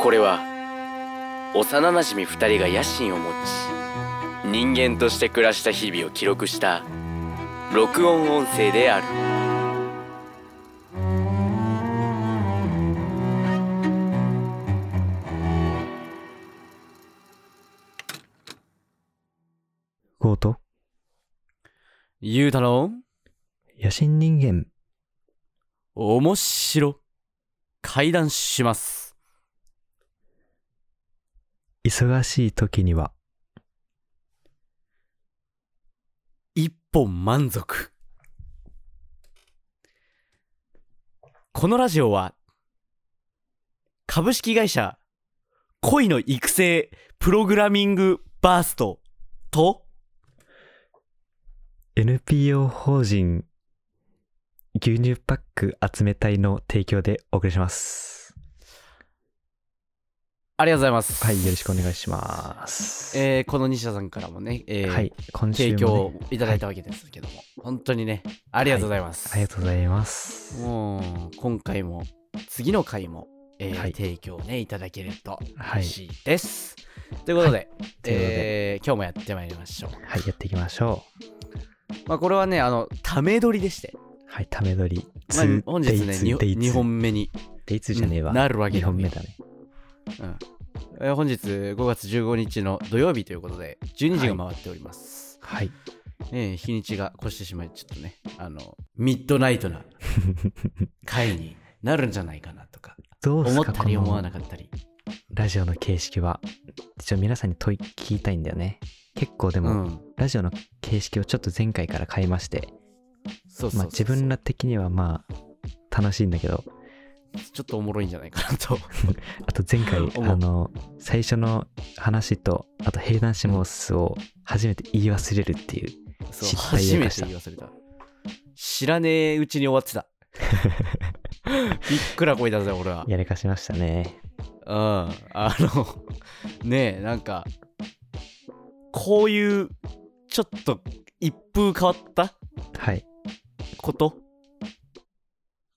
これは幼なじみ2人が野心を持ち人間として暮らした日々を記録した録音音声である強盗ゆうたろう野心人間面白会談します忙しい時には一本満足このラジオは株式会社恋の育成プログラミングバーストと NPO 法人牛乳パック集め隊の提供でお送りしますありがとうございますはいよろしくお願いしますえーこの西田さんからもね、えーはい今週提も、ね、供いただいたわけですけども、本当にねありがとうございます、ありがとうございますもう今回も次の回も、えーはい提供ねいただけるとは嬉いしいです、ということで,、ということえー今日もやってまいりましょう、はいやっていきましょまあ、これはねあのため撮りでして、うはいため撮りまあ、本日ね 2, デイツ 2, 本目にデイツじゃねえわなるわけ2なん本で目だねうんえー本日5月15日の土曜日ということで12時が回っております、はいえー日にちが越してしまいちょっとねあのミッドナイトな 回になるんじゃないかなとかどうす思かったりこの思わなかったりラジオの形式は一応皆さんに問い聞きたいんだよね結構でうも、んラジオの形式をちょっと前回から変えましてそうそうそうそうまあ自分ら的にはまあ楽しいんだけどちょっとおもろいんじゃないかな とあと前回 思うあの最初の話とあと平談しモースを初めて言い忘れるっていうそう失敗初をめ犯てした言い忘れた知らねえうちに終わってた びっくらこいたぜ俺はやらかしましたねうんあのねえなんかこういうちょっと一風変わったはいこと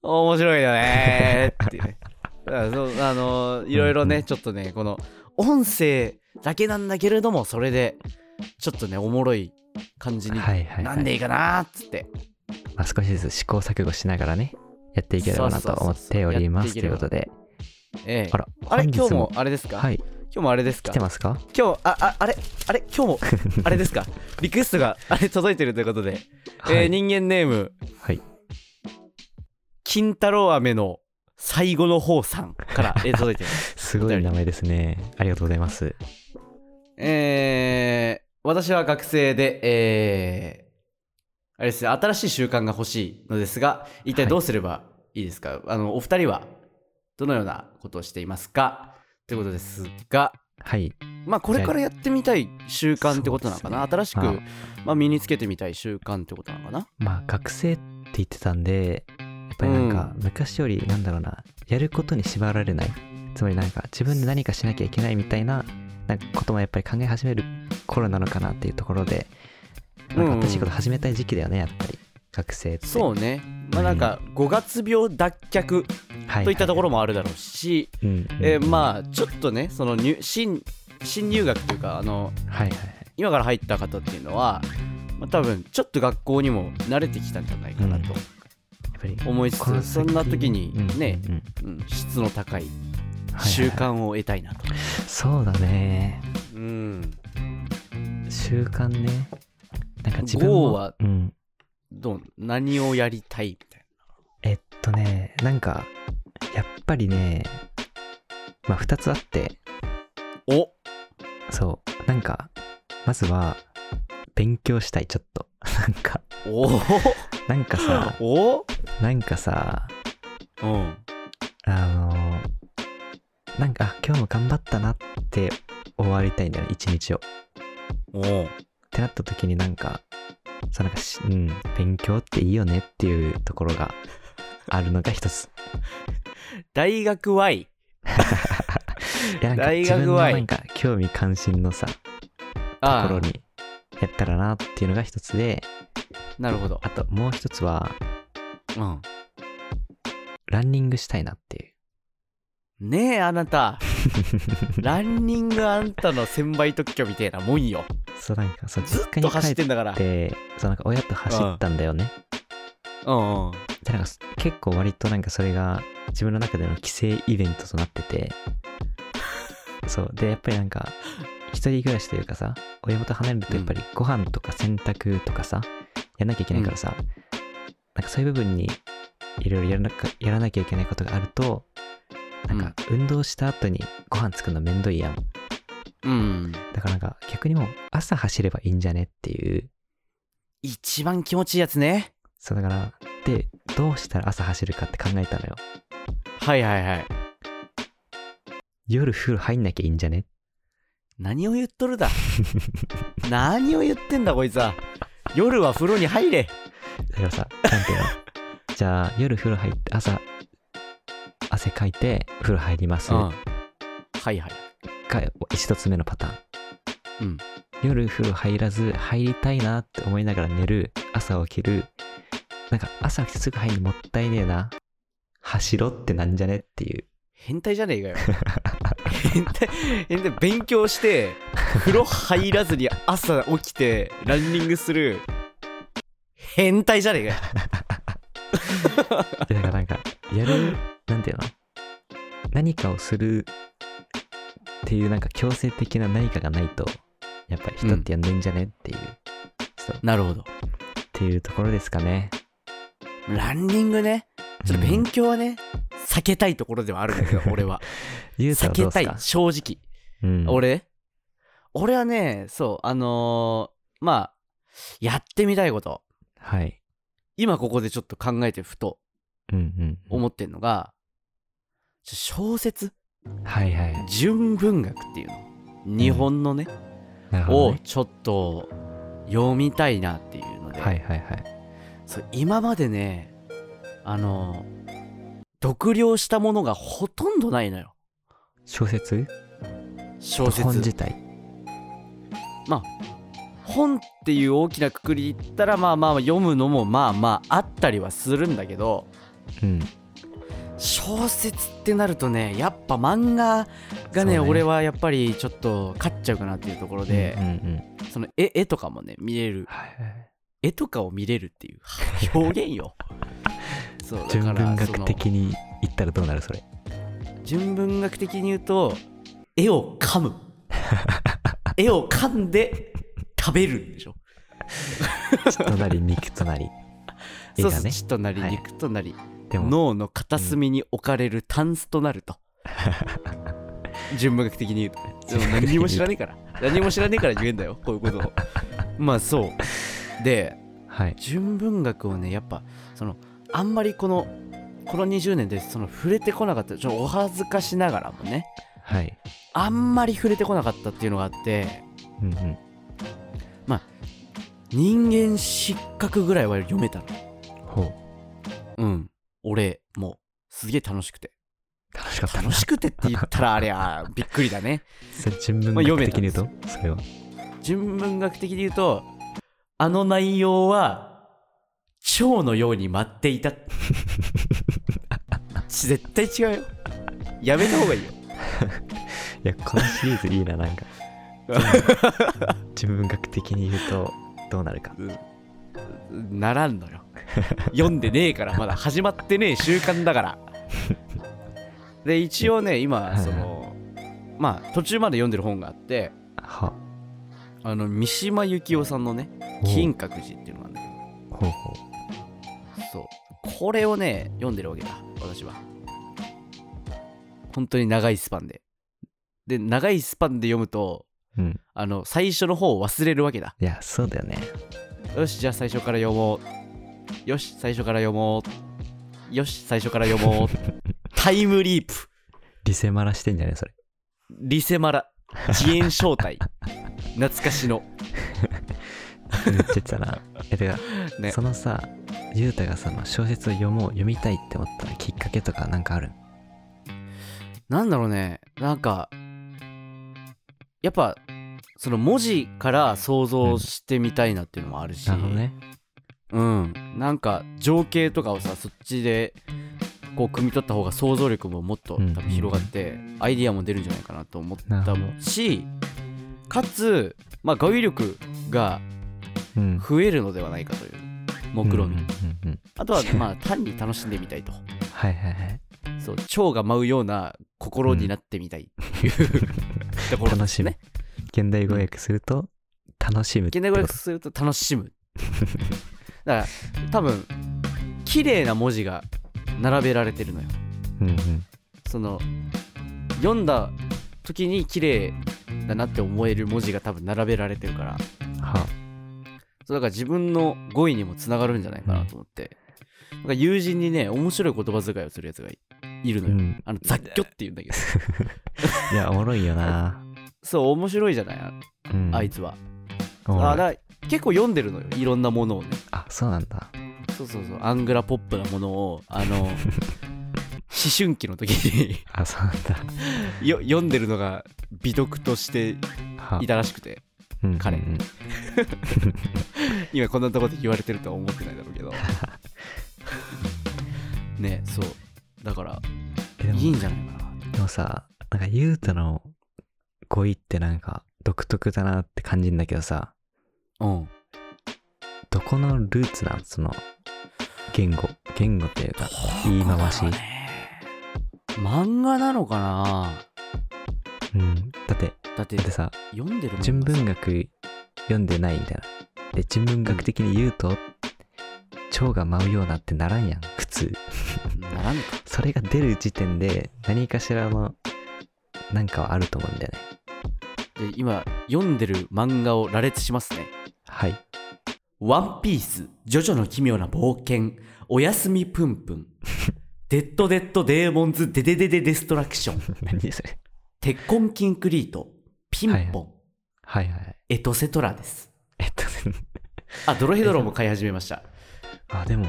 面白いよねーっていう ねだからそうあのいろいろうんうねんちょっとねこの音声だけなんだけれどもそれでちょっとねおもろい感じにはいはい、なはんでいいいかなーっつってまあ、少しずつ試行錯誤しながらねやっていければなと思っておりまそうすそうそといううやこっていとでええあらあれ本日今日もあれですか、はい今日もあれですか来てますか 今日あああれあれ今日もあれですかリクエストがあれ届いてるということで、はえーい、人間ネームはい金太郎飴の最後の方さんから、えー届いてますすごい名前ですねありがとうございますえー私は学生でえーあれですね新しい習慣が欲しいのですが一体どうすればいいですか、あのお二人はどのようなことをしていますかということですがはいまあこれからやってみたい習慣ってことなのかな、そう新しく、まあまあ、身につけてみたい習慣ってことなのかなまあ学生って言ってたんでやっぱりなんか昔よりなんだろうな、やることに縛られないつまりなんか自分で何かしなきゃいけないみたいななんかこともやっぱり考え始める頃なのかなっていうところでなんうんかうん新しいこと始めたい時期だよねやっぱり学生ってそうねまあなんか5月病脱却はといったところも、もあるだろうし、うんうんえーまあちょっとねその入新新入学というかあのはいはいはい今から入った方っていうのは、まあ、多分ちょっと学校にも慣れてきたんじゃないかなとやっぱり思いつつ、この先そんな時にね、うんうんうんうん質の高いはいはい習慣を得たいなと、そうだねうん習慣ねなんか自分ゴーもはうん、どう何をやりたいみたいえっとね、なんか、やっぱりね、まあ、二つあって、なおそう、なんか、まずは、勉強したい、ちょっと。 なんか、おなんかさ、おなんかさ、うんあのなんか、あ今日も頑張ったなって終わりたいんだよね、一日を。っおうてなった時になんか、そうなんかし、うん、勉強っていいよねっていうところがあるのが一つ。大学 Y いや、なんか、大自学分のはなんか、興味関心のさ、ところにやったらなっていうのが一つでなるほどあともう一つはうんランニングしたいなっていう ねえあなたランニングあんたの1000倍特許みたいなもんよそうなんかそうず実っ家とに帰走っってんだからてそうなんか親と走ったんだよね、うんうんでなんかす結構割となんかそれが自分の中での規制イベントとなっててそうでやっぱりなんか一人暮らしというかさ親元離れるとやっぱりご飯とか洗濯とかさやんなきゃいけないからさ、なんかそういう部分にいろいろやらなかやらなきゃいけないことがあるとなんか運動した後にご飯作るのめんどいやんうんだからなんか逆にもう朝走ればいいんじゃねっていう一番気持ちいいやつねそうだからでどうしたら朝走るかって考えたのよはいはいはい夜風呂入んなきゃいいんじゃね何を言っと るだ何を言ってんだこいつは夜は風呂に入れだからさ、なんていうのじゃあ、夜風呂入って、朝、汗かいて、風呂入ります。うんが、はいはい一つ目のパターン。うん夜風呂入らず、入りたいなって思いながら寝る、朝起きる。なんか、朝起きてすぐ入るのもったいねえな。走ろってなんじゃねっていう。変態じゃねえかよ変態変態勉強して風呂入らずに朝起きてランニングする変態じゃねえかよでだからなんか、やる、なんていうの何かをするっていうなんか強制的な何かがないと、やっぱり人ってやんねんじゃねっていう。そうなるほどっていうところですかね。ランニングねちょっとう勉ん強はね、避けたいところではあるんだけど俺はゆう避たはどけうたすいか、正直うん、俺俺はねそうあのーまあやってみたいことはい今ここでちょっと考えてふとうんうん思ってんのが、ちょ小説はいはい純文学っていうの日本のね、なるほどをね、ちょっと読みたいなっていうので、はいはいはいそう今までねあの読了したものがほとんどないのよ小説小本自説体本っていう大きなくくりで言ったらまあまあ読むのもまあまああったりはするんだけどうん小説ってなるとねやっぱ漫画がねそうね俺はやっぱりちょっと勝っちゃうかなっていうところでうん、うんうんその絵絵とかもね見れるはいはい絵とかを見れるっていう 表現よそうだ純から文そ学の的に言ったらどうなるそれ純文学的に言うと絵を噛 む絵を噛んで食べるんでしょ血となり肉 となり絵そうがそうね血となりはい肉となり、でも脳の片隅に置かれるタンスとなると、純文学的に言うとでも何にも知らねえから 何も知らねえから言えんだよこういうことをまあそうではい純文学をねやっぱそのあんまりこのこの20年でその触れてこなかったちょっとお恥ずかしながらもねはいあんまり触れてこなかったっていうのがあってうんうん人間失格ぐらいは読めたのほううん俺もうすげえ楽しくて楽しかったな楽しくてって言ったらあれゃびっくりだねそれ純文まあ読学め的たんにで言うすよとそれは純文学的に言うとあの内容は蝶のように舞ってい た絶対違うよやめた方がいいよいやこのシリーズいいななんか 純文学的に言うとどうなるかならんのよ読んでねえからまだ始まってねえ習慣だからで一応ねはい今はいそのまあ途中まで読んでる本があってはあの三島由紀夫さんのね「ほう金閣寺」っていうのがあるんだけほうほうどそうこれをね読んでるわけだ私は本当に長いスパンでで長いスパンで読むとうんあの最初の方を忘れるわけだいやそうだよねよし、じゃあ最初から読もう。よし、最初から読もう。よし、最初から読 もう。タイムリープ。リセマラしてんじゃねそれリセマラ。遅延招待。懐かしの。めっちゃ言って たなえてか、ねそのさゆうたがその小説を読もう読みたいって思ったきっかけとかなんかあるなんだろうね。なんか、やっぱ、その文字から想像してみたいなっていうのもあるし、なるほどねうん。なんか、情景とかをさ、そっちでこう汲み取った方が想像力ももっと多うん分広がってアイディアも出るんじゃないかなと思っなたるほしかつ、まあ、語彙力がうん増えるのではないかという目論み、うんうんうんうんあと はまあ単に楽しんでみたいとはいはいはいそう蝶が舞うような心になってみたいっていう、 ところ楽ですしねむ現代語訳すると楽しむって現こ代語と訳すると楽しむだから多分綺麗な文字が並べられてるのようんうんその読んだ時に綺麗だなって思える文字が多分並べられてるからはそうだから自分の語彙にもつながるんじゃないかなと思って、なんか友人にね面白い言葉遣いをするやつがいいるのうよ、んあの雑居って言うんだけどいやおもろいよなそう面白いじゃないあうんあいつは、おもろいあだから結構読んでるのよいろんなものをねあそうなんだそうそうそうアングラポップなものをあ の思春期の時に あそうなんだよ読んでるのが美読としてはいたらしくてうんうんうん彼今こんなとこで言われてるとは思ってないだろう けどねそうだからえでもいいんじゃないかなでもさなんかゆうたの語彙ってなんか独特だなって感じんだけどさうんどこのルーツなんその言語言語というか言い回し、漫画なのかなうん、だってだってだってさ読んでるもん純文学読んでないみたいなで純文学的に言うと蝶が舞うようなってならんやん普通ならんかそれが出る時点で何かしらのなんかはあると思うんだよねで今読んでる漫画を羅列しますねはい ワンピース、ジョジョの奇妙な冒険、おやすみぷんぷ ん、デッドデッドデーモンズデデデデデストラクション、何それ鉄痕キンクリート、ピンポン、はいははいはいはいエトセトラです。えっと あ、ドロヘドロも買い始めました。あでもっ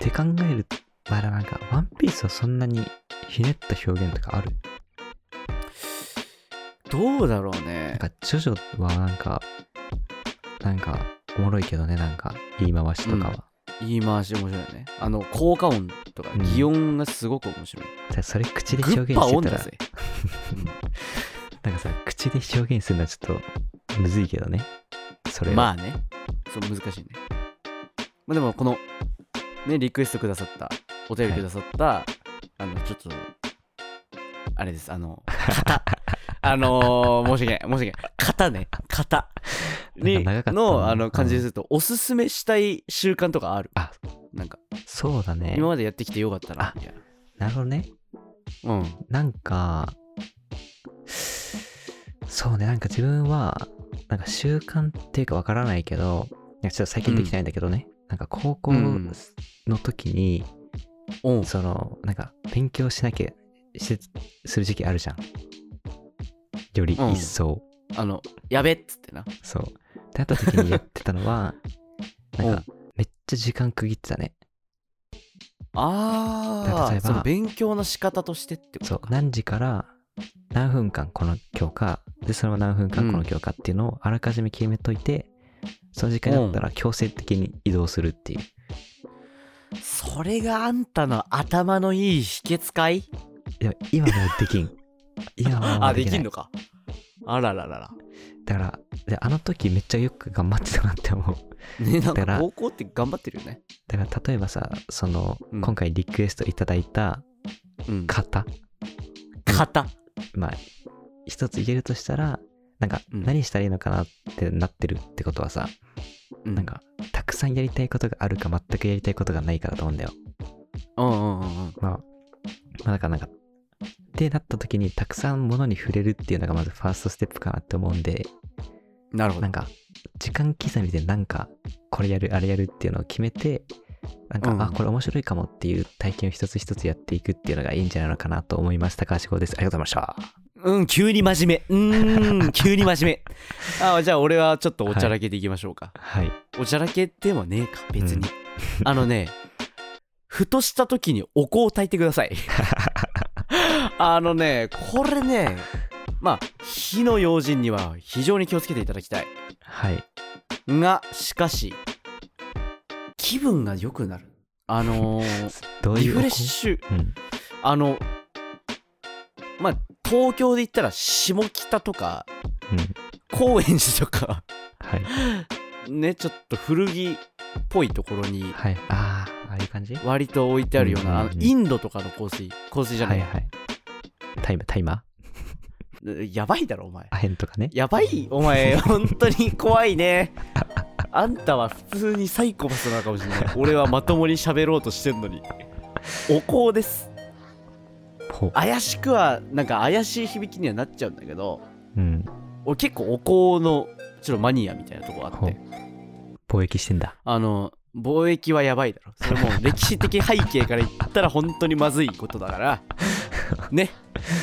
て考えるとまだなんか「ワンピースはそんなにひねった表現とかあるどうだろうなねん。か、ジョジョはなんか、なんか、おもろいけどね、なんか、言い回しとかは。言い回し面白いね。あの、効果音とか、うん擬音がすごく面白い。じゃあそれ口でグッ表現パして音ただらぜ、。なんかさ、口で表現するのはちょっと、むずいけどね。それは。まあね。そう、難しいね。まあでも、この、ね、リクエストくださった、お便りくださった、あの、ちょっと、あれです、あの、型。 あのー申し訳ない、申し訳ない。型ね、型。なんにか長かったなの、あの、感じですると、おすすめしたい習慣とかある。あなんか、そうだね。今までやってきてよかったな、みたいなるほどね。な。うん。なんか、そうね、なんか自分は、なんか習慣っていうかわからないけど、いやちょっと最近できてないんだけどね、なんか高校うんの時に、おうそのなんか勉強しなきゃしする時期あるじゃんより一層、あの、やべっつってな。そうってなった時にやってたの はなんかめっちゃ時間区切ってたねあ例えあ、ばその勉強の仕方としてってこそとうか。何時から何分間この教科でその何分間この教科っていうのをあらかじめ決めといて、その時間だったら強制的に移動するっていう、それがあんたの頭のいい秘訣かいでも今もう できん今はもあ、うでできなきいんのか。あらららら。だからであの時めっちゃよく頑張ってたなって思うね、なんだかから高校って頑張ってるよね。だから例えばさその、うん今回リクエストいただいたうん。型型。まあ一つ言えるとしたらなんかうん何したらいいのかなってなってるってことはさ、うんなん。かたくさんやりたいことがあるか全くやりたいことがないからと思うんだよ、うんうんうんうん。まあ、まあだからなんかってなった時にたくさんものに触れるっていうのがまずファーストステップかなって思うんでなるほなどん。か時間刻みでなんかこれやるあれやるっていうのを決めてなんか、うんあこれ面白いかもっていう体験を一つ一つやっていくっていうのがいいんじゃないのかなと思います高橋剛ですありがとうございましたうん、急に真面目。うーん、急に真面 目。あじゃあ俺はちょっとおちゃらけでいきましょうか。はいおちゃらけでもねえか、別に。うあのね、ふとした時にお香を炊いてくだ さい。あのね、これね、まあ、火の用心には非常に気をつけていただきたい。はいが、しかし、気分が良くなる。あの ーどうリいうフレッシュュ、うん、あのまあ東京で言ったら下北とかうん、高円寺とかはいねちょっと古着っぽいところにはいああああいう感じ割と置いてあるような、うんうんうんあのインドとかの香水香水じゃない、はいはいタイマータイマーやばいだろお前アヘンとかねやばいお 前本当に怖いねあんたは普通にサイコパスなのかもしれない俺はまともに喋ろうとしてんのにお香ですほう怪しくはなんか怪しい響きにはなっちゃうんだけどうん俺結構お香のちょっとマニアみたいなとこあっほうて貿易してんだあの貿易はやばいだろそれもう歴史的背景から言ったら本当にまずいことだ からね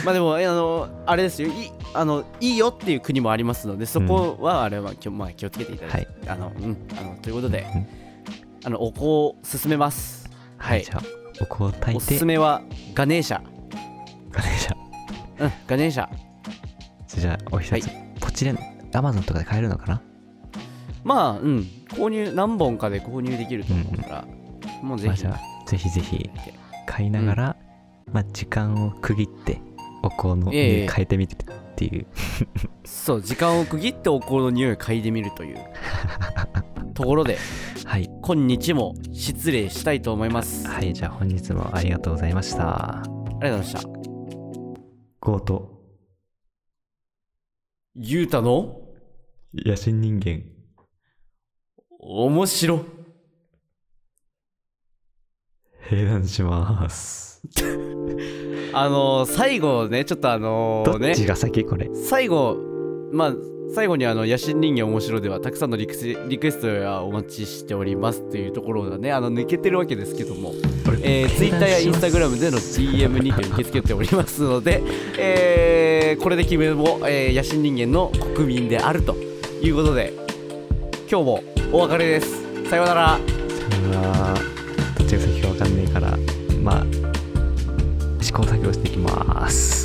まあでもあのあれですよいいあのいいよっていう国もありますのでそこはあれは、きょまあ、気をつけていただいて、あのうんあのということでうんあのお香を勧めますははいいじゃあお香を炊いおすてす めはガネーシャガネーシャうんガネーシャじゃあお一つ、ポチレンアマゾンとかで買えるのかなまあうん購入何本かで購入できると思うから、もうぜまあひじゃあぜひぜひ買いながら、まあ時間を区切ってお香のええ匂い変えてみてっていう、そう時間を区切ってお香の匂いを嗅いでみるというところではい今日も失礼したいと思いますあはいじゃあ本日もありがとうございましりたがとうございました強盗ゆうたの野心人間面白閉壇しますあのー、最後ねちょっとあのどー、っちねが先これ最後まあ最後にあの野心人間面白ではたくさんのリクスリクエストやお待ちしておりますっていうところがねあの抜けてるわけですけどもえー、Twitter や Instagram での DM にて受け付けておりますので、えーこれで君も、えー野心人間の国民であるということで今日もお別れですさようならうわーどっちが先かわかんねえからまあ試行錯誤していきます